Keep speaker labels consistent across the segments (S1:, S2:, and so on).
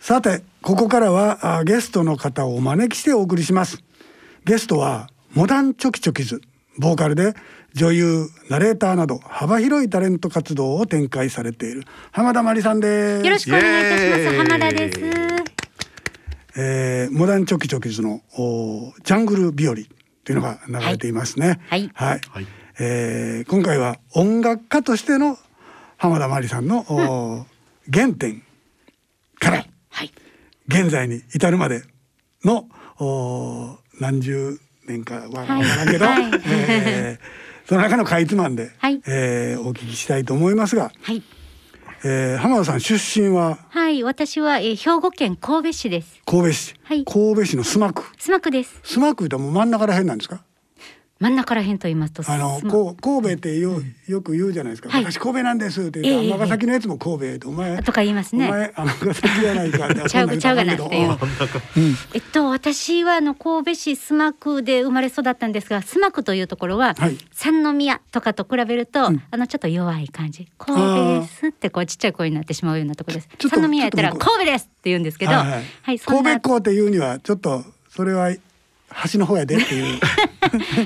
S1: さてここからはあゲストの方をお招きしてお送りしますゲストはモダンチョキチョキズボーカルで女優ナレーターなど幅広いタレント活動を展開されている浜田真理さんです
S2: よろしくお願いいたしま
S3: イエー
S2: す。
S3: イ
S2: 浜田です。
S1: えーモダンチョキチョキズのおージャングル日和というのが流れていますね。
S2: はい
S1: はい
S3: はい
S1: えー今回は音楽家としての浜田真理さんの、おー原点から
S2: はい。
S1: 現在に至るまでのおー何十年かはわ
S2: はい
S1: からんけど、
S2: はい
S1: えーその中のかいつまんで、
S2: はい
S1: えーお聞きしたいと思いますが、
S2: はい。
S1: えー浜田さん出身は
S2: はい。私は、えー兵庫県神戸市です。
S1: 神戸市、
S2: はい
S1: 神戸市の須磨区
S2: スマクです。
S1: 須磨区ともう真ん中ら辺なんですか
S2: 真ん中ら辺と言いますと。
S1: あの
S2: スマ
S1: こう神戸ってよよく言うじゃないですか、
S2: はい
S1: 私神戸なんですって言って
S2: ええ
S1: 尼崎のやつも神戸やとお前
S2: とか言いますね
S1: お前尼崎じゃないかって
S2: ちゃうちゃうがなっていう
S1: あそんなことあかんけどうん
S2: えっと、私はあの神戸市スマクで生まれ育ったんですが、スマクというところは。
S1: はい
S2: 三宮とかと比べると、
S1: うん
S2: あのちょっと弱い感じ。神戸ですって、こうちっちゃい声になってしまうようなところです
S1: ちょ。っと
S2: 三宮やったら、
S1: ちょっと向こ
S2: 神戸ですって言うんですけど。
S1: はい
S2: は
S1: はいい、
S2: そん
S1: 神
S2: な
S1: 戸。港っていうにはちょっとそれは橋の方やでっていう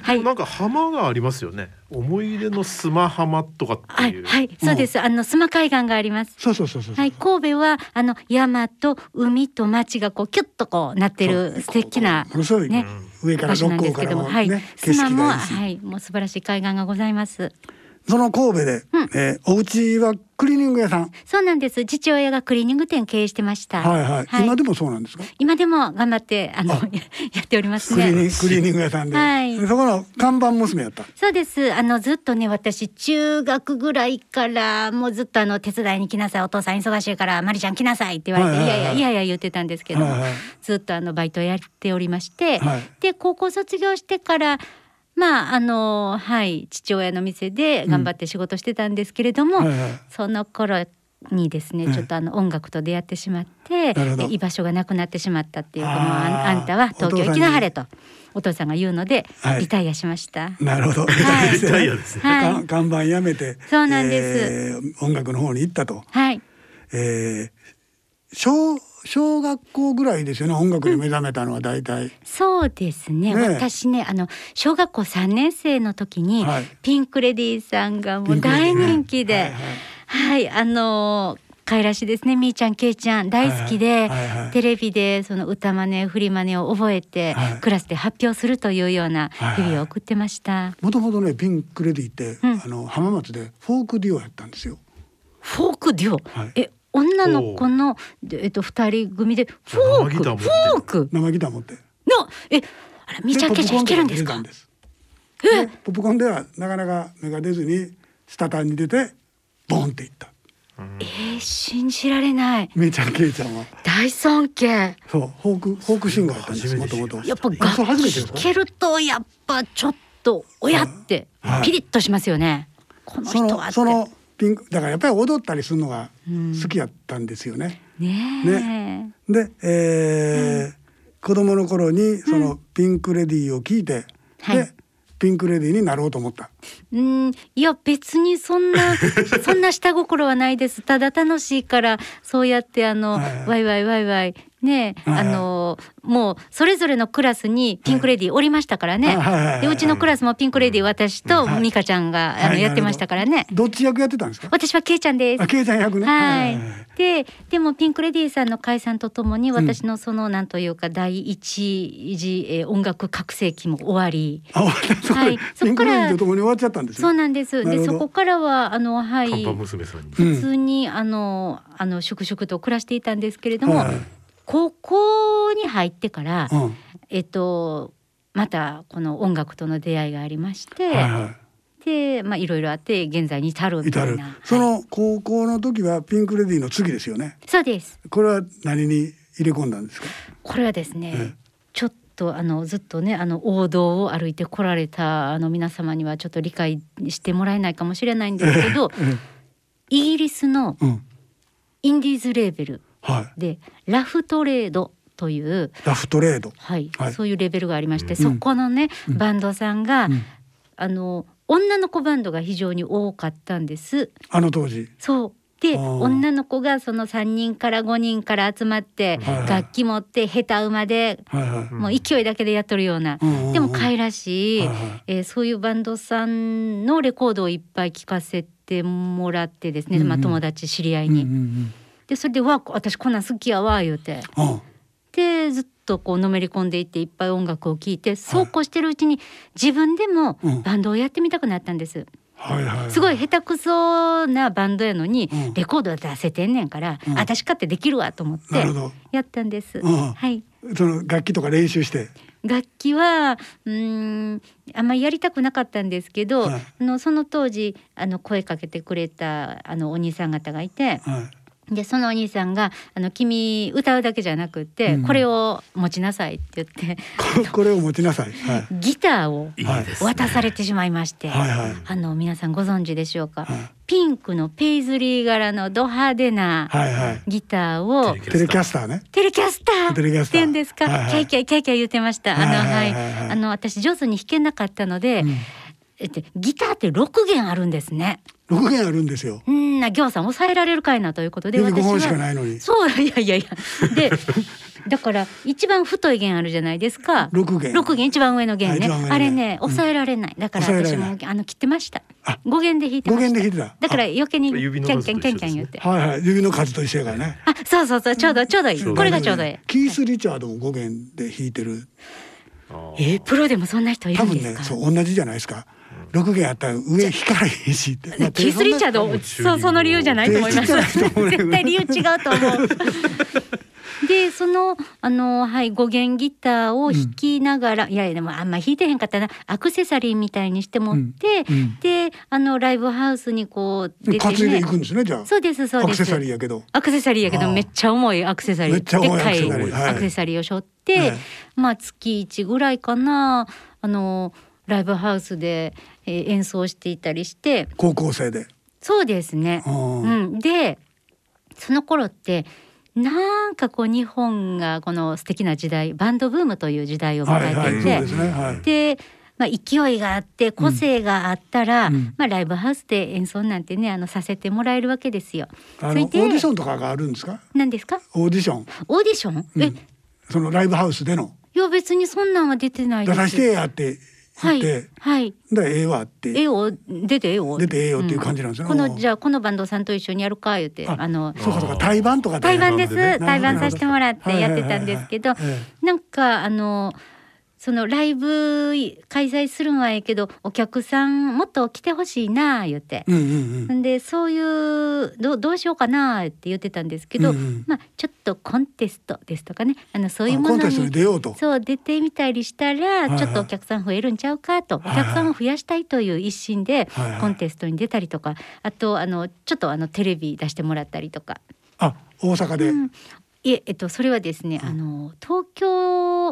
S2: はい。
S3: なんか浜がありますよね。思い出の砂浜とかって
S2: はい
S3: いう。
S2: はい、そうです。あの須磨海岸があります。
S1: そうそうそう そう、
S2: はい、神戸はあの山と海と町がこうキュッとこうなって
S1: そう
S2: る素敵な
S1: ものすごい、
S2: ね
S1: 上から
S2: 場所な
S1: 六
S2: んで
S1: 甲
S2: す
S1: か
S2: け
S1: ら
S2: ども、
S1: もね、
S2: はい、
S1: 景
S2: 須磨
S1: 色
S2: も
S1: がいいし、
S2: はいもう素晴らしい海岸がございます。
S1: その神戸で、
S2: うん
S1: えーお家はクリーニング屋さん
S2: そうなんです。父親がクリーニング店経営してました。
S1: はいはい、
S2: はい
S1: 今でもそうなんですか
S2: 今でも頑張ってあの やっております
S1: クリーニン
S2: ね。
S1: グクリーニング屋さんで、
S2: はい
S1: でそこの看板娘やった
S2: そうです。あのずっとね私中学ぐらいからもうずっとあの手伝いに来なさいお父さん忙しいからマリちゃん来なさいって言われて、
S1: はい
S2: い
S1: はいはい
S2: やいやいやいや言ってたんですけども、
S1: はいはい
S2: ずっとあのバイトをやっておりまして、
S1: はい
S2: で高校卒業してからまああのはい父親の店で頑張って仕事してたんですけれども、
S1: はいはい
S2: その頃にですね、
S1: ええ
S2: ちょっとあの音楽と出会ってしまって
S1: なるほど
S2: で居場所がなくなってしまったっていうこの
S1: あ
S2: あ
S1: ー
S2: んあんたは東京行きなはれとお父さんが言うので、
S1: はい
S2: リタイアしました。
S1: なるほど、
S2: はい
S3: リタイアですね。
S2: はい
S1: 看看板やめて
S2: そうなんです
S1: えー音楽の方に行ったと、
S2: はい
S1: えー、小小学校ぐらいですよね音楽に目覚めたのは大体、
S2: そうですね
S1: ねえ
S2: 私ねあの小学校3年生の時に、
S1: はい
S2: ピンク・レディーさんがも
S1: ピ
S2: う
S1: ンクレディ
S2: 大
S1: ーね
S2: 人気で、
S1: は
S2: はいい
S1: はい
S2: あのーかいらしいですねみーちゃんけいちゃん大好き
S1: は
S2: で、
S1: いはいはい
S2: テレビでその歌真似振り真似を覚えて、
S1: はい
S2: クラスで発表するというような日々を送ってました、
S1: もともとねピンクレディって、
S2: うん
S1: あの浜松でフォークデュオやったんですよ。
S2: フォークデュオ、
S1: はい
S2: え女の子のでえっと二人組でフォ
S3: 生ギ
S2: ー
S3: ター持
S2: ク
S3: って
S2: フォーク
S1: 生ギター持って。
S2: のえあらみーちゃんけいちゃん弾けるんですか
S1: でポップコーンとかに出たんですでポップコーンではなかなか芽が出ずにスタタンに出てボンっていった。
S2: えー信じられない
S1: めちゃんけいちゃんは
S2: 大尊敬
S1: そうフォークフォークシンガーやったんですも
S3: 初
S1: と
S3: め
S1: も
S3: て知
S1: と
S3: りま。し
S2: やっぱ
S1: あそう
S2: 楽
S1: 初め
S2: 器
S1: てです
S2: 弾
S1: か
S2: けるとやっぱちょっと親って
S1: はい
S2: ピリッとしますよね。この
S1: そ
S2: 人は
S1: の
S2: っ
S1: その
S2: て
S1: ピンクだからやっぱり踊ったりするのが好きやったんですよね。
S2: ね
S1: で、えー子供の頃にそのピンクレディーを聞いて、
S2: はい
S1: でピンクレディーになろうと思った。
S2: え。うんいや別にそ んなそんな下心はないです。ただ楽しいからそうやってあの
S1: はいはい
S2: ワイワイワイワイねえ
S1: はい
S2: あ
S1: はい
S2: のもうそれぞれのクラスにピンクレディーおりましたから
S1: はい
S2: ね
S1: はいはいはい。
S2: でうちのクラスもピンクレディー私と
S1: はい
S2: ミカちゃんがあ
S1: は
S2: の
S1: い
S2: やってましたからね。
S1: どっち役やってたんですか。
S2: 私はケイちゃんです
S1: あ、。けいちゃん役ね。
S2: はい
S1: はい、
S2: ででもピンク・レディーさんの解散とともに私のそのなんというか第一次えー音楽覚醒期も終わり
S1: あ、終わったすご
S2: はい
S1: い。
S2: そ
S1: ピ
S2: こ
S1: ンク
S2: か
S1: レディ
S2: ら
S1: ーとともに終わっちゃったんです
S2: そう
S1: よ。
S2: なんです
S1: なる
S2: で
S1: ほど
S2: そこからはあのは
S3: 看
S2: い
S3: 板娘さんに。
S1: うん
S2: 普通にあのあの粛々と暮らしていたんですけれども、
S1: はい
S2: 高校に入ってから、
S1: うん。は
S2: えっとまたこの音楽との出会いがありまして、
S1: いは
S2: でまあいろいろあって現在に至る
S1: い。
S2: みた
S1: 至
S2: い
S1: る
S2: な。はい
S1: その高校の時はピンクレディーの次ですよね。
S2: そうです
S1: これは何に入れ込んだんですか。
S2: これはですね、
S1: ええ
S2: ちょっとあのずっとねあの王道を歩いてこられたあの皆様にはちょっと理解してもらえないかもしれないんですけど、 イギリスの
S1: うん。
S2: インディーズレーベル
S1: は
S2: でラフトレードという、
S1: い。ラフトレード。
S2: はい
S1: はい
S2: そういうレベルがありまして、
S1: ん
S2: そこのね、バンドさんが、
S1: ん
S2: あの女の子バンドが非常に多かったんです。
S1: あの当時。
S2: そうって
S1: あー
S2: 女の子がその3人から5人から集まって
S1: はいはい
S2: 楽器持って下手馬で
S1: はいはい
S3: うん
S2: もう勢いだけでやっとるような
S1: うんうんうん
S2: でも可愛らし
S1: は
S2: い
S1: いはい
S2: えーそういうバンドさんのレコードをいっぱい聴かせてもらってですね
S1: うんうん
S2: まあ友達知り合い
S1: うんうん
S2: に。でそれで「わあ私こんなん好きやわ」言うて。
S1: うんうん
S2: でずっとこうのめり込んでいっていっぱい音楽を聴いてそうこうしてるうちに自分でも
S1: うん
S2: バンドをやってみたくなったんです。
S1: はいはい
S2: すごい下手くそなバンドやのに、
S1: うん
S2: レコードは出せてんねんから、
S1: うん
S2: 私かってできるわと思っ
S1: な
S2: て
S1: るほど
S2: やったんです。
S1: うん
S2: はい。
S1: その楽器とか練習して
S2: 楽器はうーんあんまりやりたくなかったんですけど、
S1: はい
S2: あのその当時あの声かけてくれたあのお兄さん方がいて
S1: は
S2: でそのお兄さんが「あの君歌うだけじゃなくって、
S1: うん
S2: これを持ちなさい」って言って
S1: いここ れを持ちなさいはい
S2: ギターを
S3: いいですね
S2: 渡されてしまいまして、
S1: はいはい
S2: あの皆さんご存知でしょう
S1: は
S2: か、
S1: い
S2: ピンクのペイズリー柄のド派手な
S1: はいはい
S2: ギターを
S3: テレ
S1: テレキャスターね
S2: テレキャスター
S1: テレキャ
S2: っ
S1: ス
S2: て
S1: ター
S2: 言うんですか、
S1: はいはい
S2: キャイキャイキャイキャイ言ってましたあの
S1: は
S2: はいい、
S1: はいはい
S2: あの私上手に弾けなかったので、
S1: うん
S2: えっとギターって六弦あるんですね
S1: 6弦あるんですよ
S2: うんな行さん抑えられるかいなということで
S1: 指5本しか
S2: は
S1: ないのに
S2: そういやいやいやでだから一番太い弦あるじゃないですか
S1: 6弦
S2: 六弦一番上の
S1: は
S2: 弦
S1: い
S2: ね
S1: 一番上の弦
S2: あれね抑えられない、だから
S1: 抑えら
S2: 私
S1: れない
S2: もあの切ってました
S1: あ
S2: 五弦で弾いてま
S1: 5
S2: した
S1: 弦で弾いてた
S2: だから
S1: あ
S2: 余計にキャン
S3: 指の
S2: キャンキャンキャン
S3: 数と
S2: 言っ
S3: 一緒ですね
S2: て、
S1: はいはい指の数と一緒やからね
S2: あそうそうそうちょうどちょうどいい
S3: ちょうどいい
S2: これがちょうどいい
S1: キース・リチャードも5弦で弾いてる
S3: あー
S2: えープロでもそんな人いる
S1: 多
S2: ん
S1: 分
S2: です
S1: ね
S2: か
S1: そう同じじゃないですか6弦あったら上弾かれへんしってまあ
S2: キース・リチャー
S3: も
S2: ド
S3: う中
S2: そうその理由じゃないと思います
S1: 手ちっちゃいと思う
S2: 絶対理由違うと思う でそのあのはい五弦ギターを弾きながら、いやいやでもあんま弾いてへんかったなアクセサリーみたいにして持って、
S1: うんうん
S2: であのライブハウスにこう出て
S1: 担いでいくん
S2: ね
S1: ですねじゃあ
S2: そうですそうです
S1: アクセサリーやけど
S2: アクセサリーやけ
S1: あ
S2: ど
S1: あ
S2: めっちゃ重いアクセサリー
S1: めっちゃ重い
S2: でっ
S1: アク
S2: か
S1: セ
S2: い
S1: サリーはい
S2: アクセサリーを背負って、
S1: ええ
S2: まあ月1ぐらいかなあのライブハウスで、えー演奏していたりして
S1: 高校生で
S2: そうですね
S1: う。ん
S2: うん、でその頃ってなんかこう日本がこの素敵な時代バンドブームという時代を迎
S1: はい
S2: えていて、
S1: はいそうですねはい
S2: で、まあ、勢いがあって個性があったら、
S1: うん
S2: まあ、ライブハウスで演奏なんてねあのさせてもらえるわけですよ。
S1: あ
S2: そ
S1: の
S2: れ
S1: オーディショ
S2: で
S1: ンとかがあるんですか
S2: 何ですか
S1: オーディション
S2: オーディション、え
S1: そのライブハウスでの
S2: いや別にそんなんは出てないで
S1: 出
S2: す。
S1: させてやって
S2: は
S1: 言っ
S2: い
S1: て、
S2: はい
S1: でええわって
S2: 絵を出て絵を
S1: 出てええよっていう感じなんですね
S2: こ
S1: うん
S2: のじゃあこのバンドさんと一緒にやるか言って
S1: あ
S2: あの
S1: そうかそうか対バンとか
S2: 対バンです
S3: なるほど
S1: ね
S2: 対バンさせてもら
S1: な
S2: っ
S1: る
S2: て
S1: ほど
S2: やってたんですけど
S1: はいはいはいはいえ
S2: なんかあのそのライブ開催するんはええけどお客さんもっと来てほしいなあ言って。
S1: うんうん
S2: んでそういうどうどうしようかなって言ってたんですけど、
S1: うんうん
S2: まあちょっとコンテストですとかねあのそう
S1: う
S2: いうんも
S1: コ
S2: の
S1: ンテ
S2: に
S1: ストに出ようと
S2: そう出てみたりした
S1: いは
S2: ら
S1: い
S2: ちょっとお客さん増えるんちゃうかと、
S1: はい
S2: お客さんを増やしたいという一心で
S1: はいはい
S2: コンテストに出たりとか、あとあのちょっとあのテレビ出してもらったりとか。
S1: あ大阪で、
S2: うんいええっとそれはですね、あの東京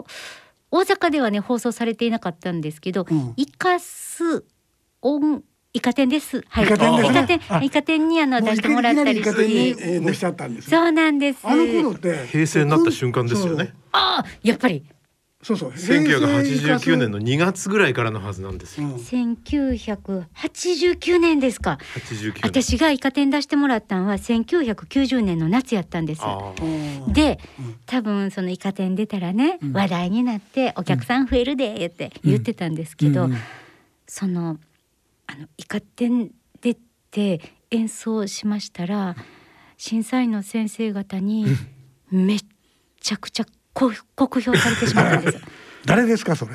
S2: 大阪ではね放送されていなかったんですけど、
S1: うん
S2: イカスオンイカ天です。はい、
S1: イカ天
S3: で
S2: イ
S3: すね
S2: カ天
S1: あ
S2: イカ天にあの
S1: もう
S2: 出してもらったり
S1: いきなりイ
S2: し
S1: カ
S2: て、
S1: 天に応募しちゃったんですね
S2: そうなんです。
S1: あの頃って
S3: 平成になった瞬間ですよね
S2: ああやっぱり
S1: そうそう
S3: 1989年の2月ぐらいからのはずなんですよ、
S1: うん
S2: 1989年ですか。
S3: 89年
S2: 私がイカ天出してもらったのは1990年の夏やったんです。
S3: あー
S1: うん
S2: で
S1: うん、
S2: 多分そのイカ天出たらね、
S1: うん
S2: 話題になってお客さん増えるでって言ってたんですけど、
S1: うんうん
S2: そのあのイカ天出て演奏しましたら審査員の先生方にめっちゃくちゃこ酷評されてしまったんですよ。
S1: 誰です かそれ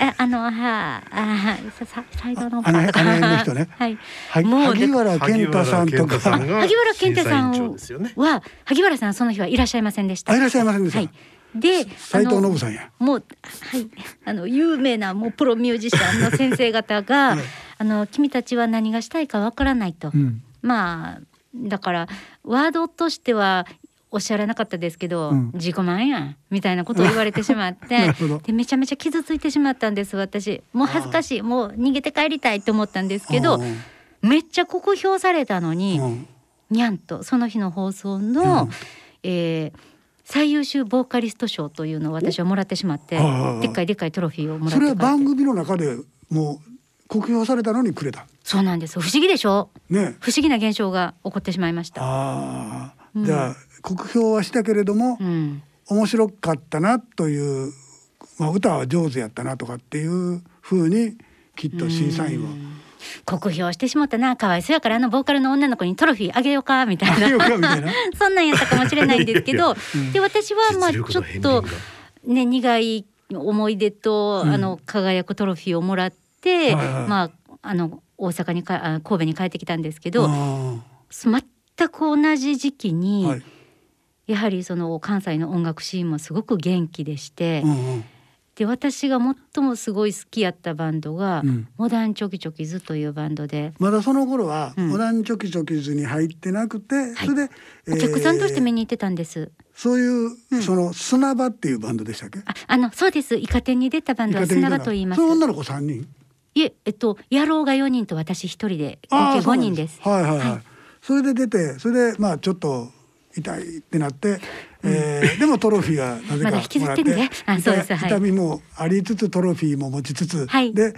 S2: ああのはああささサイドの
S1: ああの辺あの辺の人ね
S2: はい。
S1: は
S2: もうで
S1: 萩原健太さんとか
S3: 萩原健太さんが
S2: 萩原健太さん
S3: 審査委員長ですよね
S2: は萩原さんはその日はいらっしゃいませんでした。
S1: あいらっしゃいませんでした
S2: はい。で、
S1: 斉藤
S2: あの
S1: 信さんや
S2: もうはいあの有名なもうプロミュージシャンの先生方が、 あの君たちは何がしたいかわからないと、
S1: うん
S2: まあだからワードとしてはおっしゃらなかったですけど、
S1: うん
S2: 自己満やんみたいなことを言われてしまっ
S1: な
S2: て
S1: るほど
S2: でめちゃめちゃ傷ついてしまったんです私もう恥ずかしいもう逃げて帰りたいと思ったんですけど
S1: うん
S2: めっちゃ酷評されたのに、
S1: うん
S2: にゃんとその日の放送の、えー最優秀ボーカリスト賞というのを私はもらってしまって
S1: おはいはいはい
S2: でっかいでっかいトロフィーをもらって
S1: それは
S2: 帰って
S1: 番組の中でもう酷評されたのにくれた。
S2: そうなんですよ不思議でしょ
S1: ね。
S2: 不思議な現象が起こってしまいました
S1: ああ、
S2: うん
S1: じゃあ酷評はしたけれども、
S2: うん
S1: 面白かったなという、まあ、歌は上手やったなとかっていうふうにきっと審査員は
S2: 酷評してしまったなかわいそうやからあのボーカルの女の子にトロフィーあげようかみた
S1: あ
S2: い
S1: げよ
S2: な
S1: うかみたいな。
S2: そんなんやったかもしれないんですけどで私はまあ
S3: 実
S2: ちょ
S3: 力の片
S2: っ
S3: 鱗
S2: と
S3: が
S2: ね苦い思い出と、
S1: うん
S2: あの輝くトロフィーをもらって、
S1: はいはい
S2: まああの大阪にかあ神戸に帰ってきたんですけど、
S1: あ
S2: 全く同じ時期
S1: ー
S2: に、
S1: はい。
S2: やはりその関西の音楽シーンもすごく元気でして、
S1: うんうん
S2: で私が最もすごい好きやったバンドが、
S1: うん
S2: モダンチョキチョキズというバンドで、
S1: まだその頃は、
S2: うん
S1: モダンチョキチョキズに入ってなくて、
S2: はい
S1: それで、
S2: お客さんとして見
S1: えー
S2: に行ってたんです。
S1: そういう、その砂場っていうバンドでしたっけ
S2: あ、あのそうです。イカ天に出たバンドは
S1: イカ天
S2: 砂
S1: みた
S2: 場と言います
S1: そ。れ女の子三人
S2: いえ、えっと野郎が4人と私1人で
S1: あー
S2: 合計
S1: そ
S2: 5
S1: うなん
S2: 人です。
S1: はいはいはい、
S2: はい
S1: それで出てそれでまあちょっと痛いってなって、えーでもトロフィーはなぜか
S2: まだ引き
S1: も
S2: ず
S1: ら
S2: っ
S1: ってて
S2: んであそうです
S1: 痛
S2: はい
S1: 痛みもありつつトロフィーも持ちつつ、
S2: はい
S1: で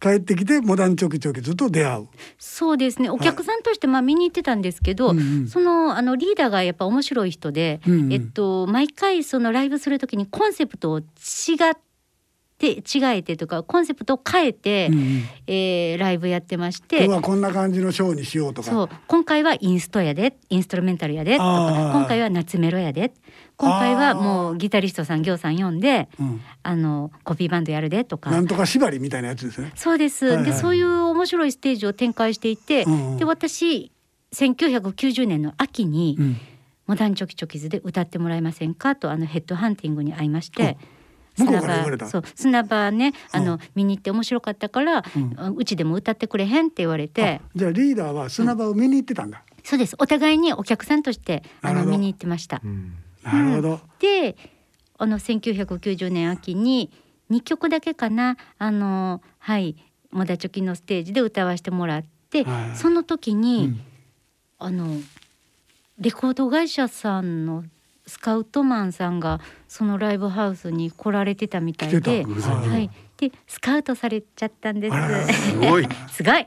S1: 帰ってきてモダンチョキチョキズと出会う
S2: そうですね。お客さんとしてまあ見に行ってたんですけど、
S1: うんうん
S2: そのあのリーダーがやっぱ面白い人で、
S1: うんうん
S2: えっと毎回そのライブするときにコンセプトを違って違えてとかコンセプトを変えて、
S1: うんうん
S2: えーライブやってまし
S1: 今
S2: て
S1: 日。はこんな感じのショーにしようとか
S2: そう今回はインストやでインストルメンタルやでと
S1: あ
S2: か
S1: ー
S2: 今回は夏メロやで今回はもうギタリストさん行さん呼んで
S1: うん
S2: あのコピーバンドやるでとか
S1: なんとか縛りみたいなやつですね。
S2: そうです、
S1: はいはい
S2: でそういう面白いステージを展開していて、
S1: うんうん
S2: で私1990年の秋に
S1: うん
S2: 「モダンチョキチョキズ」で歌ってもらえませんかとあのヘッドハンティングに会いまして。
S1: お向こう
S2: 砂
S1: から言われた
S2: 場そう砂場ねあの、
S1: うん
S2: 見に行って面白かったから、
S1: う
S2: うんちでも歌ってくれへんって言われ
S1: あ
S2: て
S1: じゃあリーダーは砂場を見に行ってたんだ。
S2: そうですお互いにお客さんとしてあ
S1: なる
S2: の
S1: ほど
S2: 見に行ってました
S3: う。ん
S1: なるほど。
S2: であの1990年秋に2曲だけかなあのはい「モダチョキ」のステージで歌わせてもらって、
S1: はい
S2: その時
S1: う
S2: に、
S1: ん
S2: あのレコード会社さんのスカウトマンさんがそのライブハウスに来られてたみたい
S1: 来て
S2: で
S1: た
S3: 偶然にも
S2: はい、でスカウトされちゃったんです
S1: あららら。
S3: すごい
S2: すごい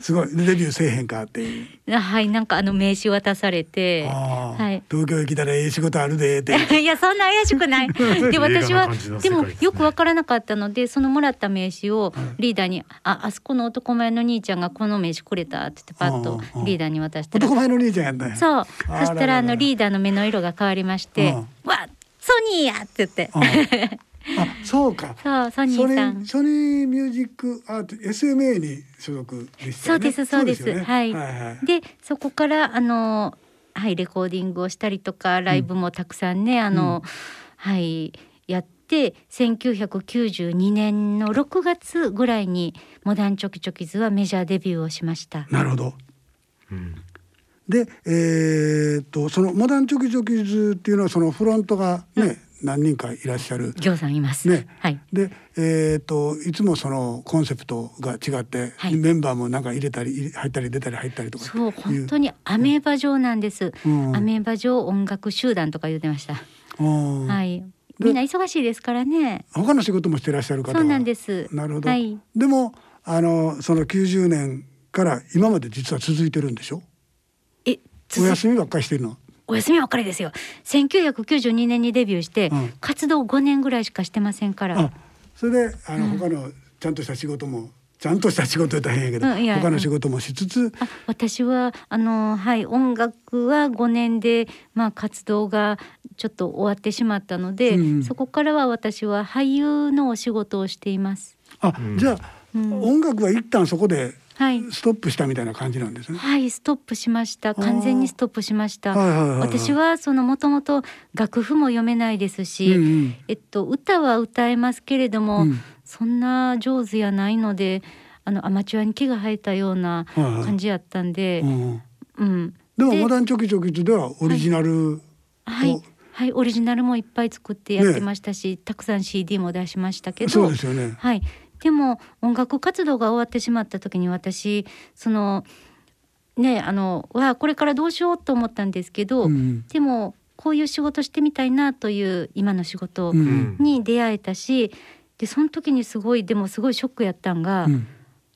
S1: すごいでデビューせえへんかっていう。
S2: はいなんかあの名刺渡されて
S1: ああ
S2: はい
S1: 東京行きたらええ仕事あるでって。
S2: いやそんな怪しくないで私
S3: 映画
S2: は
S3: の感じの世
S2: で
S3: 界
S2: も
S3: ですね
S2: よく分からなかったのでそのもらった名刺をリーダーに「ああそこの男前の兄ちゃんがこの名刺くれた」って言ってパッと
S1: うんうん
S2: リーダーに渡したら
S1: 男前の兄ちゃんやったんや。
S2: そう
S1: あ
S2: そしたら
S1: ら
S2: あ
S1: らら
S2: のリーダーの目の色が変わりまして「
S1: う
S2: わソニーや!」って言って
S1: うん。あそうか。
S2: そうソニ
S1: ソニ
S2: ーさん
S1: ーソニーミュージックアート SMA に所属でした
S2: そ
S1: よ
S2: う
S1: ね。
S2: ですそうです
S1: よね
S2: はい
S1: はいはい。
S2: でそこからあのはいレコーディングをしたりとかライブもたくさんね、あの、はいやって1992年の6月ぐらいにモダンチョキチョキズはメジャーデビューをしました。
S1: なるほど。
S3: うん
S1: で、えーっとそのモダンチョキチョキズっていうのはそのフロントがね、何人かいらっしゃる。
S2: ぎょうさんいます。
S1: ね
S2: はい。
S1: で、えー、といつもそのコンセプトが違って、
S2: はい
S1: メンバーもなんか入れたり入れ入ったり出たり入ったりとか
S2: そう本当
S1: に、
S2: にアメーバ状なんです。
S1: うん
S2: アメーバ状音楽集団とか言ってました。
S1: うん
S2: はい。みんな忙しいですからね。
S1: 他の仕事もしてらっしゃる方は
S2: そうなんです
S1: なるほど、
S2: はい
S1: でもあのその90年から今まで実は続いてるんでしょ
S2: え、
S1: お
S2: 続
S1: 休みばっかりしてるの
S2: お休みばっかりですよ1992年にデビューして、
S1: うん
S2: 活動5年ぐらいしかしてませんから
S1: あそれであの、他のちゃんとした仕事もちゃんとした仕事って大変やけど、
S2: うんいや
S1: 他の仕事もしつつ、
S2: あ私はあのはい音楽は5年で、まあ、活動がちょっと終わってしまったので、
S1: うん
S2: そこからは私は俳優のお仕事をしています。
S1: あ、じゃあ、音楽は一旦そこで
S2: はい
S1: ストップしたみたいな感じなんですね。
S2: はい、ストップしました。完全にストップしました。
S1: はいはいはいはい
S2: 私はそのもともと楽譜も読めないですし、
S1: うんうん
S2: えっと歌は歌えますけれども、
S1: うん
S2: そんな上手やないので、あのアマチュアに毛が生えたような
S1: はいはい
S2: 感じやったんで、
S1: うん
S2: うん。
S1: でもモダンチョキチョキズではオリジナルを、
S2: はい。はい、オリジナルもいっぱい作ってやってましたし、たくさん CD も出しましたけど
S1: そうですよね。
S2: はい、でも音楽活動が終わってしまった時に私そのねあのはこれからどうしようと思ったんですけど、
S1: うん
S2: でもこういう仕事してみたいなという今の仕事
S1: うん
S3: うん
S2: に出会えたし、でその時にすごいでもすごいショックやったんが、
S1: うん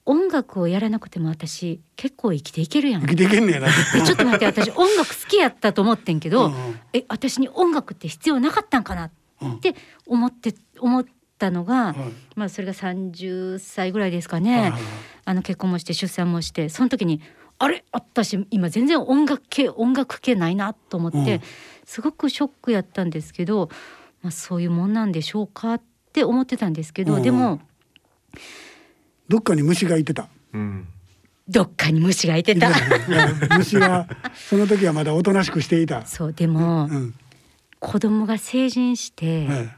S2: 音楽をやらなくても私結構生きていけるやん
S1: 生きていけんねやな。
S2: えちょっと待って私音楽好きやったと思ってんけど、
S1: うんうん
S2: え私に音楽って必要なかったんかなって思って思ったのが、
S1: はい
S2: まあそれが30歳ぐらいですかね、
S1: はいはい
S2: あの結婚もして出産もしてその時にあれ私今全然音楽系音楽系ないなと思って、
S1: うん
S2: すごくショックやったんですけど、まあ、そういうもんなんでしょうかって思ってたんですけど、
S1: うんうん
S2: でも
S1: どっかに虫がいてた。
S3: うん。
S2: どっかに虫がいてた。
S1: 虫がその時はまだおとなしくしていた。
S2: そうでも、
S1: うん。
S2: 子供が成人して、
S1: え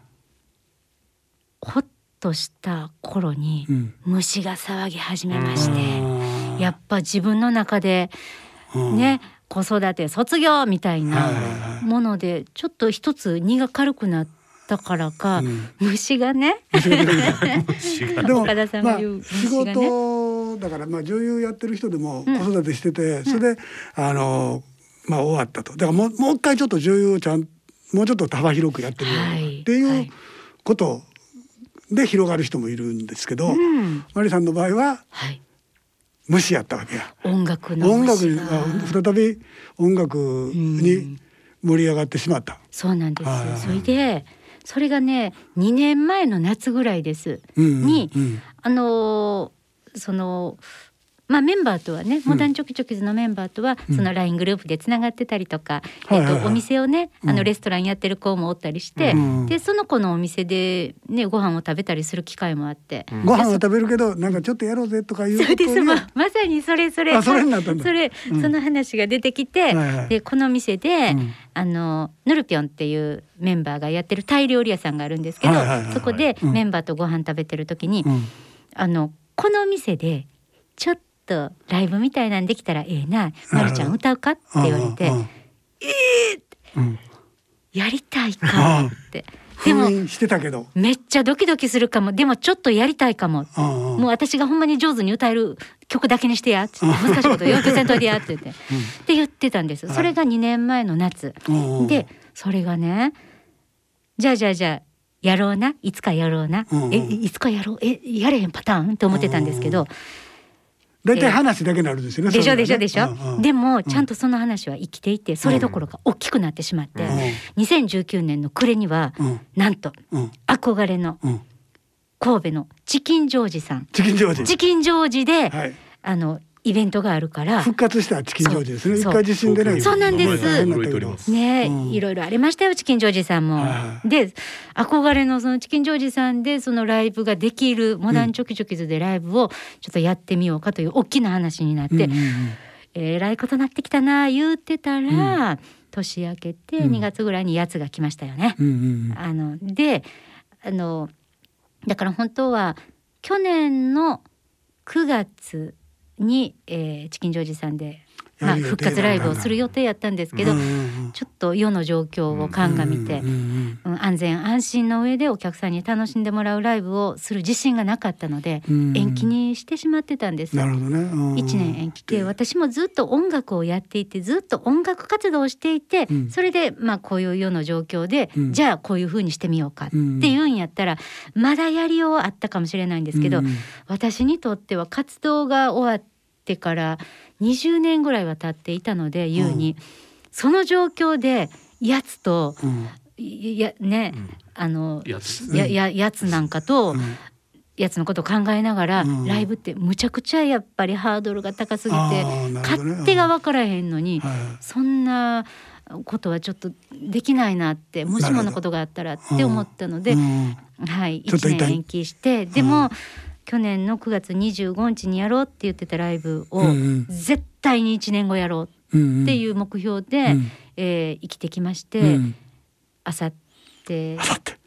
S2: ほっとした頃に
S1: うん
S2: 虫が騒ぎ始めま
S1: え
S2: して、
S1: あー
S2: やっぱ自分の中で
S1: うん
S2: ね、子育て卒業みたい
S1: はいはい
S2: なものでちょっと一つ荷が軽くなったからか、
S1: うん
S2: 虫がね
S1: で
S3: 違う。
S1: も、
S2: 岡田さんが言う
S1: まあ、仕
S2: 虫がね
S1: 事だから、まあ、女優やってる人でも子
S2: ん
S1: 育てしてて、それであの、まあ、終わったとだからもうもう一回ちょっと女優をちゃんもうちょっと幅広くやってみよう、
S2: はい
S1: って
S2: は
S1: いう
S2: い
S1: ことで広がる人もいるんですけど、
S2: うん
S1: マリさんの場合は
S2: はい、
S1: 無視やったわけや。
S2: 音楽の
S1: 音楽
S2: 虫
S1: に
S2: が
S1: あ再び音楽に盛り上がってしまった。
S2: そうなんですよ
S1: はいはいはい
S2: それでそれがね2年前の夏ぐらいです、
S1: うんうん
S2: に、
S1: うん
S2: あのーそのまあメンバーとはね、モダンチョキチョキズのメンバーとはその LINE グループでつながってたりとか、
S1: はいはいはい
S2: えっとお店をね、あ
S1: うん
S2: のレストランやってる子もおったりして、
S1: うん
S2: でその子のお店でねご飯を食べたりする機会もあって、
S1: ご飯は食べるけどなんかちょっとやろうぜとかいうこ
S2: そ
S1: と
S2: うです
S1: に
S2: ま
S1: は
S2: まさにそれそれ
S1: あそれになったんだ
S2: それ、
S1: うん
S2: その話が出てき
S1: は
S2: て、
S1: いはい
S2: でこの店で、
S1: うん
S2: あのヌルピョンっていうメンバーがやってるタイ料理屋さんがあるんですけど、
S1: はいはいはいはい
S2: そこで
S1: うん
S2: メンバーとご飯食べてる時に、
S1: うん
S2: あのこの店でちょっとライブみたいなんできたらええな、まるちゃん歌うかって言われて、
S1: うんうんうん
S2: やりたいかもって、で
S1: 封
S2: も
S1: 印してたけど。
S2: めっちゃドキドキするかも、でもちょっとやりたいかも。
S1: うんうん
S2: もう私がほんまに上手に歌える曲だけにしてやっつって難しいこと要求せんといてやって言って、って言ってたんですそれが2年前の夏、
S1: うんうん
S2: でそれがねじゃあじゃあじゃあやろうないつかやろうな、
S1: うんうん
S2: えいつかやろうえやれへんパターンって思ってたんですけど、
S1: 大体話だけになるんですよね。
S2: でしょ
S1: それ
S2: でし
S1: が
S2: ょ
S1: ね
S2: でしょ、
S1: うんうん
S2: でもちゃんとその話は生きていてそれどころか大きくなってしまって、2019年の暮れには、
S1: うん
S2: なんと
S1: うん
S2: 憧れの
S1: うん
S2: 神戸のチキンジョージさん
S1: チキンジョージ
S2: チ。キンジョージで、
S1: はい。
S2: あのイベントがあるから
S1: 復活したチキンジョージですね。一
S2: そう
S1: 回地震でね。
S2: そうなんです
S1: 名前が変にな
S3: 驚いており
S1: っ
S3: ま
S1: た
S3: す。
S2: ねえ、
S1: うん
S2: いろいろありましたよチキンジョージさんも。
S1: は
S2: で憧れのそのチキンジョージさんでそのライブができるモダンチョキチョキズでライブをちょっとやってみようかという大きな話になって、
S1: けどうんうんうん
S2: えらいことなってきたな言うてたら、年明けて2月ぐらいにやつが来ましたよね。
S1: うんうん
S2: あのであのだから本当は去年の9月に、えーチキンジョージさんで、ま
S1: や
S2: あ、
S1: る予定
S2: 復活ライブ
S1: な
S2: を
S1: んだ
S2: する予定やったんですけ
S1: う
S2: ど
S1: んう。ん
S2: ちょっと世の状況を鑑みて、
S1: うんうん
S2: うん安全安心の上でお客さんに楽しんでもらうライブをする自信がなかったので、
S1: うん
S2: 延期にしてしまってたんです。
S1: なるほどね。うん
S2: 1年延期で私もずっと音楽をやっていてずっと音楽活動をしていて、
S1: うん
S2: それでまあこういう世の状況で、
S1: うん
S2: じゃあこういうふうにしてみようかっていうんやったら、まだやりようあったかもしれないんですけど、
S1: うん
S2: 私にとっては活動が終わってから20年ぐらいは経っていたので優に、その状況でやつと
S1: うん
S2: いやね、あの
S3: やつ
S2: やややつなんかと、
S1: うん
S2: やつのことを考えながら、
S1: うん
S2: ライブってむちゃくちゃやっぱりハードルが高すぎて、
S1: あーなるほどね
S2: 勝手が分からへんのに、
S1: はい
S2: そんなことはちょっとできないなってもしものことがあったらって思ったので、
S1: うん
S2: はい、
S1: ちょっと
S2: 1
S1: 痛い
S2: 年延期してでも、去年の9月25日にやろうって言ってたライブを、
S1: うんうん
S2: 絶対に1年後やろう
S1: うん
S2: っていう目標で、
S1: うん
S2: えー生きてきまして、
S1: うん
S2: あさって
S1: あさって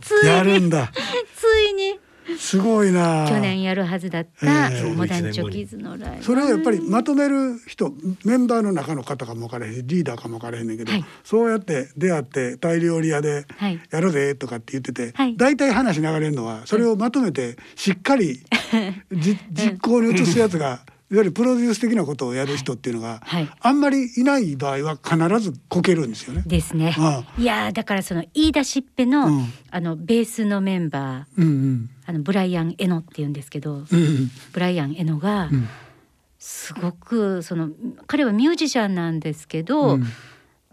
S2: つ
S1: や
S2: い
S1: る
S2: に
S1: んだ。
S2: ついに
S1: すごいな。
S2: 去年やるはずだった
S1: ええ
S2: モダンチョキズのライブ。
S1: それをやっぱりまとめる人メンバーの中の方かも分からへんしリーダーかも分からへんねんけど、
S2: はい
S1: そうやって出会ってタイ料理屋で
S2: はい
S1: やろうぜとかって言ってて、
S2: はい
S1: 大体 話流れるのはそれをまとめてしっかりじ実行に移すやつがわゆるプロデュース的なことをやる人っていうのが、
S2: はい
S1: あんまりいない場合は必ずこけるんですよね。
S2: ですね
S1: あ
S2: いやーだからその言い出しっぺの、
S1: うん
S2: あのベースのメンバー
S1: うんうん
S2: あのブライアン・エノって言うんですけど
S1: うんうん
S2: ブライアン・エノが
S1: うん
S2: すごくその彼はミュージシャンなんですけど、
S1: うん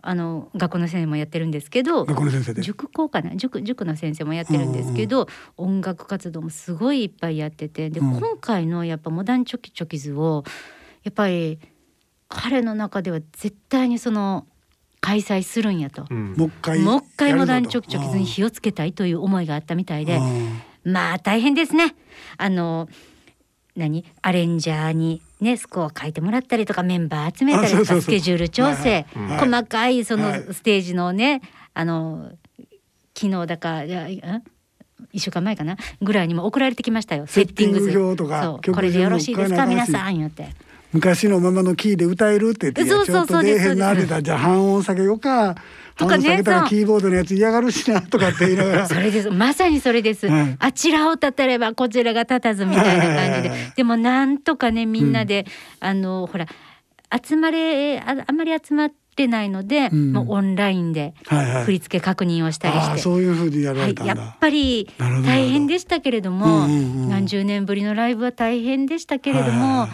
S2: あの学校の先生もやってるんですけど
S1: 学校の先生で。
S2: 塾校かな塾塾の先生もやってるんですけど、音楽活動もすごいいっぱいやっててで、
S1: うん
S2: 今回のやっぱ「モダンチョキチョキズ」をやっぱり彼の中では絶対にその開催するんやと。
S3: うん
S1: もう一回
S2: もう一回
S1: やる
S2: モ
S1: ぞと
S2: ダンチョキチョキズに火をつけたいという思いがあったみたいで
S1: あー
S2: まあ大変ですね。あの何アレンジャーにねスコア書いてもらったりとかメンバー集めたり
S1: あそ
S2: と
S1: うそうそ
S2: か
S1: う
S2: スケジュール調整、
S1: はいはい
S2: 細かいその
S1: はい
S2: ステージのね、あの昨日だかいやいやん一週間前かなぐらいにも送られてきましたよ
S1: セ
S2: セ
S1: ッ
S2: ッ
S1: テ
S2: テ
S1: ィ
S2: ィ
S1: ン
S2: ン
S1: グ
S2: グ
S1: 表
S2: 図
S1: とか
S2: そう
S1: 曲
S2: これでよろしいですか
S1: 順も変えなあかん
S2: 皆
S1: し
S2: さん言って
S1: 昔のままのキーで歌えるって言っていや
S2: そうそうそう
S1: ちょっと出えへんなっ
S2: そ
S1: て
S2: うです
S1: たじゃあ半音下げようか
S2: と
S1: 半
S2: か
S1: 音
S2: ね
S1: 下げたら
S2: そう
S1: キーボードのやつ嫌がるしなとかって言いながら
S2: それですまさにそれです、
S1: はい
S2: あちらを立たればこちらが立たずみたいな感じ
S1: はいはいは
S2: ででもなんとかねみんなで、あのほら集まれああんまり集まってないので、
S1: うん
S2: もうオンラインで
S1: はいはい
S2: 振り付け確認をしたり
S1: ああ
S2: して。
S1: そういうふうにやら
S2: は
S1: れ
S2: い
S1: た、んだ、
S2: やっぱり
S1: なるほど
S2: 大変でしたけれども、
S1: うんうんうん
S2: 何十年ぶりのライブは大変でしたけれども、
S1: はいはいはい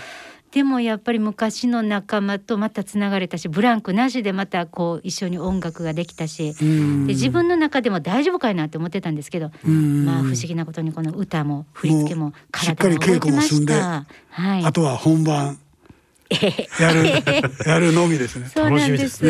S2: でもやっぱり昔の仲間とまたつながれたしブランクなしでまたこう一緒に音楽ができたし、
S1: うん
S2: で自分の中でも大丈夫かいなって思ってたんですけど、
S1: うん
S2: まあ不思議なことにこの歌も振り付けも
S1: しっか
S2: 体
S1: り
S2: が動
S1: 稽
S2: いて
S1: 古も
S2: ま
S1: 済ん
S2: し
S1: で、
S2: た。はい
S1: あ、とは本番やる やるのみですね。
S2: そうなん
S3: 楽しみ
S2: で。
S3: ですす
S2: す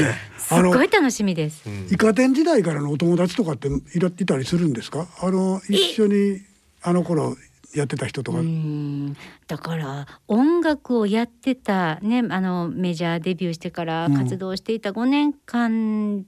S3: ね
S2: っごい楽しみです。
S1: イカ天時代からのお友達とかっていらいたりするんですか？あの一緒にあの頃やってた人とか、
S2: うんだから音楽をやってた、ね、あのメジャーデビューしてから
S1: うん
S2: 活動していた5年間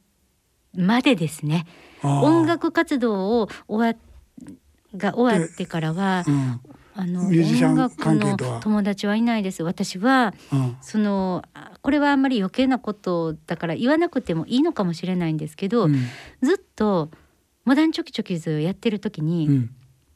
S2: までですね、
S1: あー
S2: 音楽活動を終わが終わってからは、
S1: うん
S2: あの
S1: ミュージシャン
S2: 音楽
S1: 関係
S2: の
S1: とは
S2: 友達はいないです私は
S1: うん
S2: そのあこれはあんまり余計なことだから言わなくてもいいのかもしれないんですけど、
S1: うん
S2: ずっと「モダンチョキチョキズ」やってる時に、
S1: うん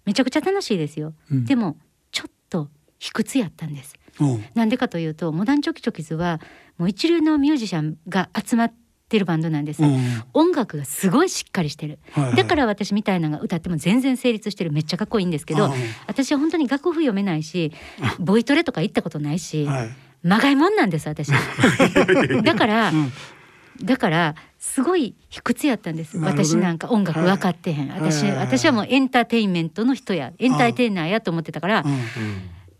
S2: めちゃくちゃ楽しいですよ、
S1: うん
S2: でもちょっと卑屈やったんです
S1: うん
S2: なんでかというとモダンチョキチョキズはもう一流のミュージシャンが集まってるバンドなんです、
S1: うん
S2: 音楽がすごいしっかりしてる、
S1: はいはい
S2: だから私みたいなのが歌っても全然成立してるめっちゃかっこいいんですけど、
S1: うん
S2: 私は本当に楽譜読めないしボイトレとか行ったことないし、
S1: はい
S2: まがいもんなんです私だから、だからすごい卑屈やったんです、
S1: なるほどね
S2: 私なんか音楽分かってへん、
S1: はい
S2: 私、
S1: はいはいはい
S2: 私はもうエンターテインメントの人やエンターテイナーやと思ってたから
S1: う、ん、エン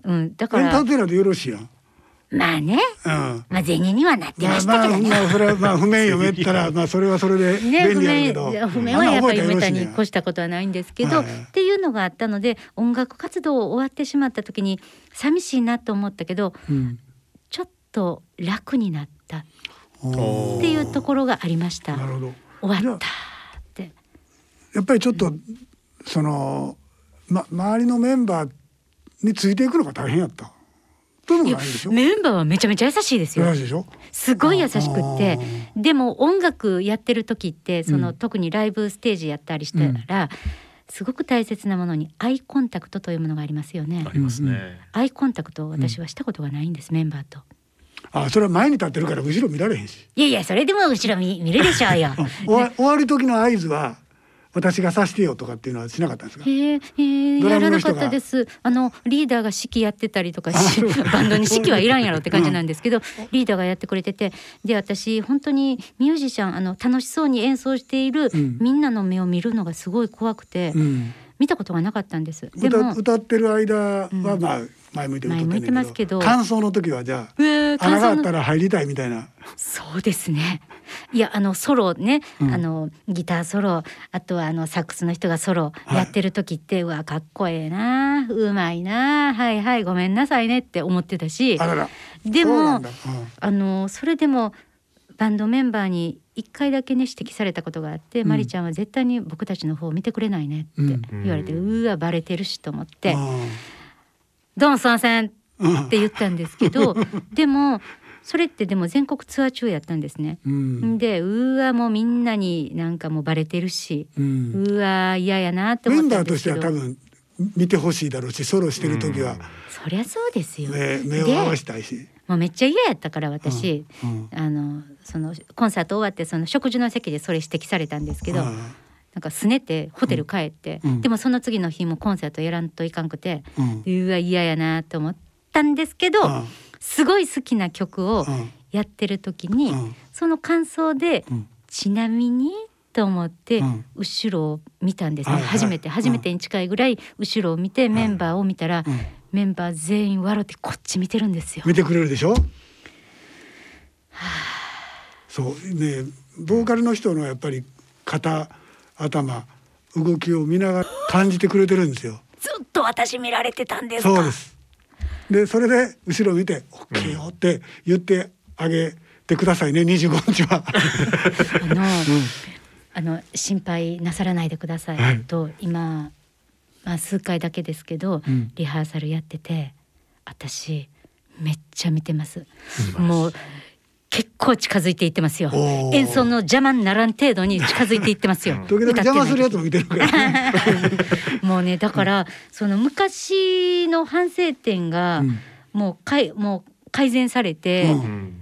S3: うん
S2: うん
S1: タ
S2: だか
S1: ー
S2: ら
S1: テイナーでよろしいやん。うん
S2: まあねまあ銭にはなって
S1: ま
S2: ま
S1: あ
S2: した
S1: ま
S2: け
S1: あ、
S2: どね。
S1: まあ、それはまあ譜面読めた らまあそれはそれで
S2: ね、
S1: 便
S2: 譜
S1: 利やろう
S2: 面
S1: けど、
S2: 譜面はやっぱり
S1: あんな覚えた
S2: 梅田
S1: ら
S2: に
S1: よろ
S2: 越
S1: しい
S2: したことはないんですけど、
S1: はい
S2: っていうのがあったので音楽活動を終わってしまった時に寂しいなと思ったけど
S1: やんうん
S2: ちょっと楽になったっ
S1: おー
S2: ていうところがありました
S1: なるほど。
S2: 終わっ
S1: じ
S2: た
S1: ゃ
S2: って
S1: やっぱりちょっとその、ま、周りのメンバーについていくのが大変やったというのがないでしょ
S2: メンバーはめちゃめちゃ優しいですよ
S1: 大事でしょ
S2: すごい優しくって
S1: あ
S2: でも音楽やってる時ってその、
S1: うん
S2: 特にライブステージやったりしたら、すごく大切なものにアイコンタクトというものがありますよね
S3: ありますね。
S2: アイコンタクトを私はしたことがないんです、メンバーと
S1: あそれは前に立ってるから後ろ見られへんし
S2: いやいやそれでも後ろ見見るでしょうよ
S1: 終わ終わる時の合図は私が指してよとかっていうのはしなかったんですか
S2: へえへえ
S1: ド
S2: や
S1: ラ
S2: ら
S1: ムの
S2: な
S1: 人
S2: か
S1: が
S2: ったですあのリーダーが指揮やってたりとかしバンドに指揮はいらんやろって感じなんです けど、リーダーがやってくれててで私本当にミュージシャンあの楽しそうに演奏している、
S1: うん
S2: みんなの目を見るのがすごい怖くて、
S1: うん
S2: 見たことがなかったんですで
S1: 歌
S2: も
S1: 歌ってる間はまあ前向いて歌ってん
S2: 前向いて
S1: ね
S2: ま
S1: ん
S2: すけど
S1: 感想の時はじゃ
S2: うえー
S1: あ穴があっ
S2: 感想
S1: た
S2: の
S1: ら入りたいみたいな
S2: そうですねいやあのソロね、あのギターソロあとはあのサックスの人がソロ
S1: はい
S2: やってる時って、うわかっこええなうまいなはいはいごめんなさいねって思ってたし
S1: あらら
S2: で
S1: そうな
S2: も
S1: んだ
S2: あのそれでもバンドメンバーに一回だけね指摘されたことがあって、
S1: ん
S2: マリちゃんは絶対に僕たちの方を見てくれないねって
S1: うん
S2: 言われて、うわバレてるしと思って
S1: う
S2: 「どうもすいません」
S1: んうん
S2: って言ったんです けどでもそれってでも全国ツアー中やったんですね。
S1: うん
S2: でうわもうみんなになんかもうバレてるし、
S1: う
S2: うんわ嫌やなって
S1: メ
S2: 思っ
S1: ン
S2: た
S1: バ
S2: ん
S1: ーと
S2: で
S1: し
S2: す
S1: て
S2: け
S1: は
S2: ど
S1: 多分見てほしいだろうしソロしてる時は
S2: そりゃそうですよ。
S1: 目目を
S2: で
S1: 合わしたいし。
S2: もうめっちゃ嫌やったから私、
S1: うん
S2: あのそのコンサート終わってその食事の席でそれ指摘されたんですけど、
S1: あ
S2: なんかすねてホテル帰って、
S1: うん
S2: でもその次の日もコンサートやらんといかんくて、
S1: あうん
S2: うわ嫌やなと思ったんですけど、
S1: うん
S2: すごい好きな曲を
S1: うん
S2: やってる時に、
S1: うん
S2: その感想で、
S1: うん
S2: ちなみにと思って、
S1: うん
S2: 後ろを見たんですね、
S1: はいはい
S2: 初めて
S1: うん
S2: 初めてに近いぐらい後ろを見てメンバーを見たら、
S1: うん
S2: メンバー全員笑ってこっち見てるんですよ。
S1: 見てくれるでしょそうねボーカルの人のやっぱり肩頭動きを見ながら感じてくれてるんですよ
S2: ずっと私見られてたんですか
S1: そうですでそれで後ろ見て「OK よ」って言ってあげてくださいね25日は
S2: あの、あの心配なさらないでください、
S1: はい
S2: と今、まあ、数回だけですけど、
S1: うん
S2: リハーサルやってて私めっちゃ見てますもう結構近づいていってますよ
S1: おー
S2: 演奏の邪魔にならん程度に近づいていってますよ
S1: 時々邪魔するやつ
S2: 歌っ
S1: も見てるから、 ね、
S2: てない時もうねだから、その昔の反省点が、
S1: うん
S2: もうかいもう改善されて、
S1: うん
S3: うん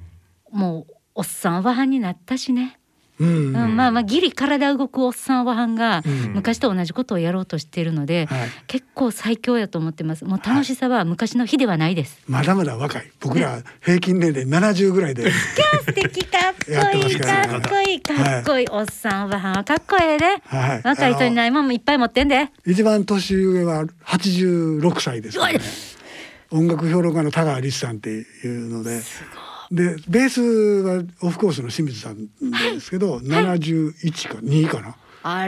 S2: もうおっさんははんになったしね
S1: うん、
S2: う
S1: は
S2: ん、まあまあギリ体動くおっさんワハンが
S1: うん
S2: 昔と同じことをやろうとしているので、
S1: い
S2: 結構最強やと思ってますもう楽しさは昔の日ではないです、
S1: まだまだ若い僕ら平均年齢70ぐらい で
S2: 今日素敵かっ
S1: やっ
S2: こ
S1: てま
S2: いい
S1: す
S2: か
S1: から
S2: っこいいかっこいい、おっさんワハンはかっこええで、
S1: はい
S2: 若い人にないもんもいっぱい持ってんで
S1: 一番年上は86歳ですからね、音楽評論家の田川律さんっていうのででベースはオフコースの清水さんですけど、71か2かな
S2: あ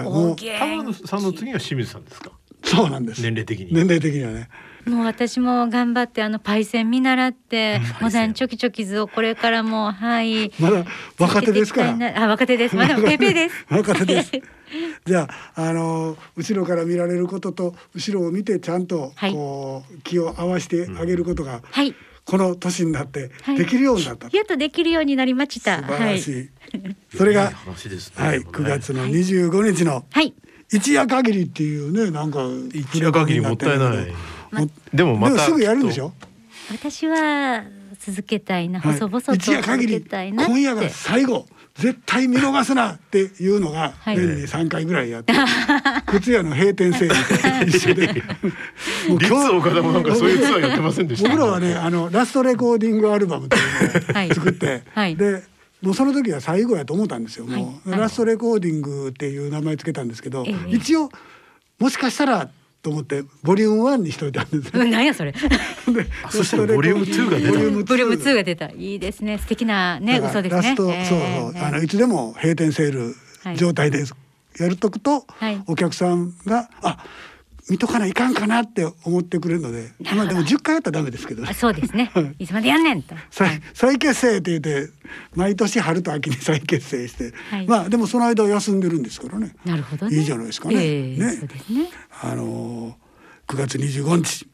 S1: はい
S2: お
S3: 田
S2: げん
S3: 村さんの次は清水さんですか
S1: そうなんです
S3: 年齢的に
S1: 年齢的にはね
S2: もう私も頑張ってあのパイセン見習って
S3: うん
S2: モダンチョキチョキズをこれからもはい
S1: まだ若手ですから
S2: 続けていきたいなあ若手ですまあでもペーペーです
S1: 若手ですじゃああの後ろから見られることと後ろを見てちゃんと
S2: はい
S1: こう気を合わせてあげることが、
S2: はい
S1: この年になって
S2: はい
S1: できるようになった、
S2: やっとできるようになりまし
S1: 素
S2: た。
S1: 晴らしい、
S2: はい。
S1: それ
S3: い
S1: が
S3: い話ですね
S1: はい、
S3: でもね
S1: 9月の25日の
S2: はい。
S1: 一夜限りっていうね、なんか
S3: 一夜限りもったいない
S1: も
S3: でもまた
S1: すぐやるんでしょ。
S2: 私は続けたいな、
S1: はい
S2: 細々と
S1: 一夜
S2: 続
S1: 限
S2: け
S1: り
S2: たいなって。
S1: 今夜が最後絶対見逃すなっていうのが
S2: はい
S1: 年に3回ぐらいやって、靴屋の閉店セールと一 緒でもう
S3: リッツ岡田もなんかそういうツアーやってませんでした
S1: 僕らはねあのラストレコーディングアルバムって
S2: は
S1: いうの
S2: い
S1: を作って、
S2: はい
S1: でもうその時は最後やと思ったんですよ、もう、
S2: はい
S1: ラストレコーディングっていう名前つけたんですけど、
S2: ええ
S1: 一応もしかしたらと思ってボリューム1にしといたんです
S2: うん、なんやそれ。
S1: で
S3: あそしたらボリューム2が出
S1: ボ
S3: た
S1: リュ
S2: ブル
S1: ーム2
S2: ーム2が出た。いいですね。素敵な
S1: だ
S2: ね、
S1: か
S2: 嘘
S1: ら
S2: です
S1: ラ
S2: ね。
S1: スト、
S2: えー
S1: そうそう、あのいつでも閉店セール状態でやるとくと、
S2: はい
S1: お客さんがあ見とかないかんかなって思ってくれるので、
S2: なるほど
S1: まあでも10回やったらダメですけどね
S2: あ。そうですね。いつまでやんねんと。
S1: 再再結成って言って毎年春と秋に再結成して、
S2: はい
S1: まあでもその間は休んでるんですからね
S2: なるほどね。
S1: いいじゃないですかね,、
S2: えー
S1: ね
S2: そうですね。
S1: あのー9月25日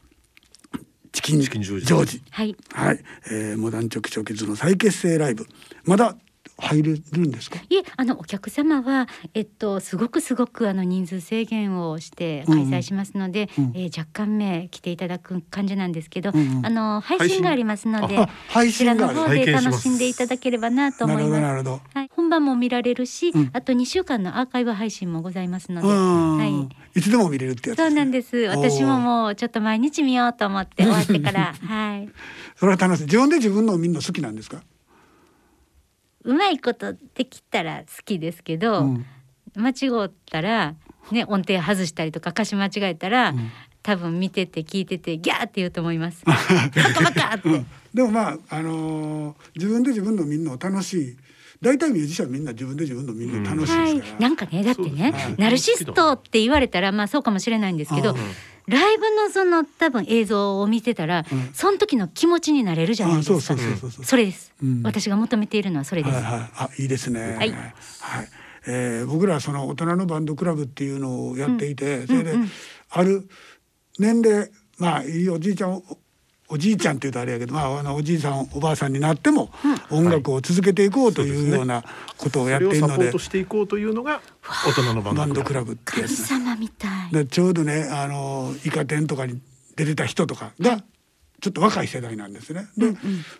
S1: チキンジ
S3: キンジ
S1: ョ
S3: ョー
S1: ー
S3: ジ
S1: ジ
S2: はい。
S1: はい、えー、モダンチョキチョキズの再結成ライブまだ入れるんですか
S2: いえ、あのお客様は、えっと、すごくすごくあの人数制限をして
S1: うん
S2: 開
S1: うん
S2: 催しますので。
S1: うん
S2: えー若干名来ていただく感じなんですけど、
S1: うんうん
S2: あの配
S3: 配信
S2: 信がありますので
S1: あ。配
S2: こちら
S1: 信が
S2: の
S1: ある
S2: 方
S3: 配信
S2: で
S3: します
S2: 楽しんでいただければなと
S1: な
S2: 思
S1: る
S2: い
S1: ほどな
S2: ます。
S1: るほど
S2: はい、本番も見られるし、
S1: うん
S2: あと2週間のアーカイブ配信もございますので、
S1: うん、、
S2: はい
S1: つでも見れるって
S2: い、
S1: やつ
S2: そうなんです。私も
S1: う
S2: もうちょっと毎日見ようと思って終わっ てから、はい、
S1: それは楽しい自分で自分のを見るの好きなんですか、
S2: うまいことできたら好きですけど、
S1: うん
S2: 間違ったら、ね、音程外したりとか歌詞間違えたら、多分見てて聞いててギャーって言うと思 います。バカバカって、
S1: でもまあ、あのー自分で自分の見るの楽しい大体ミュージシャンみんな自分で自分の見るの楽し
S2: はいい
S1: ですか、ら、
S2: なんかねだってね、
S3: そうですね
S2: ナルシストって言われたらまあそうかもしれないんですけ
S1: う
S2: ど、
S1: ん
S2: ライブのその多分映像を見てたら、
S1: うん
S2: その時の気持ちになれるじゃない
S1: あ
S2: です
S1: そ
S2: か。
S1: うそうそうそうそう
S2: それです、
S1: うん
S2: 私が求めているのはそれです。
S1: はいはい、あいいですね。
S2: はい
S1: はいえー僕らはその大人のバンドクラブっていうのをやっていて、それで、ある年齢まあいいおじいちゃんおおじいちゃんっていうとあれやけど、まあ、あのおじいさんおばあさんになっても音楽を続けていこうというようなことをや
S3: そ
S1: っ
S3: れ
S1: てい
S3: を
S1: る
S3: サポ
S1: ので,、
S3: ートしていこうというのが大人のバ
S1: バン
S3: ン
S1: ド
S3: ド
S1: ク
S3: ク
S1: ラ
S3: ラ
S1: ブ
S3: ブ
S1: ってや
S2: 神
S1: つね
S2: 様みたい。
S1: でちょうどねあのイカ天とかに出てた人とかがちょっと若い世代なんですね。で、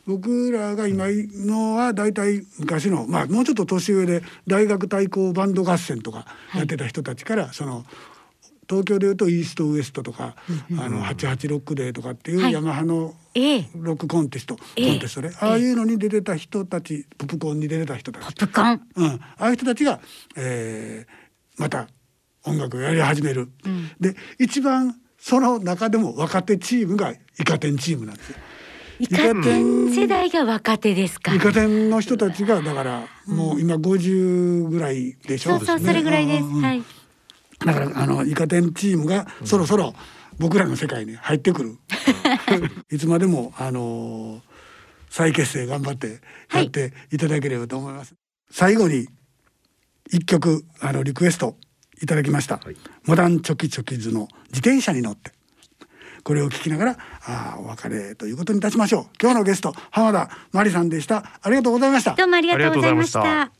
S1: 僕らが今のは大体昔のまあもうちょっと年上で大学対抗バンド合戦とかやってた人たちから、その東京でいうとイーストウエストとか、あの88ロックデーとかっていう
S2: はい
S1: ヤマハの
S2: ええ、
S1: ロックコンテスト、
S2: ええ
S1: コンテストね、ああいうのに出てた人たちポップコーンに出てた人たち
S2: ポップコーン。
S1: うん、ああいう人たちが、えーまた音楽をやり始める、で一番その中でも若手チームがイカ天チームなんですよ。
S2: イカ天世代が若手ですか。
S1: イカ天の人たちがだからもう今50ぐらいでしょ、
S2: そうそう、それぐらいです。
S1: うんうんうん
S2: はい。
S1: だからあのイカ天チームがそろそろ僕らの世界に入って くる。いつまでもあのー再結成頑張ってやっていただければと思います。最後に一曲あのリクエストいただきました。
S3: はい
S1: モダンチョキチョキズの自転車に乗って。これを聞きながらあーお別れということにいたしましょう。今日のゲスト浜田真理さんでした。ありがとうございました。
S2: どうもありがとうございまし
S3: ありがとうございましたた。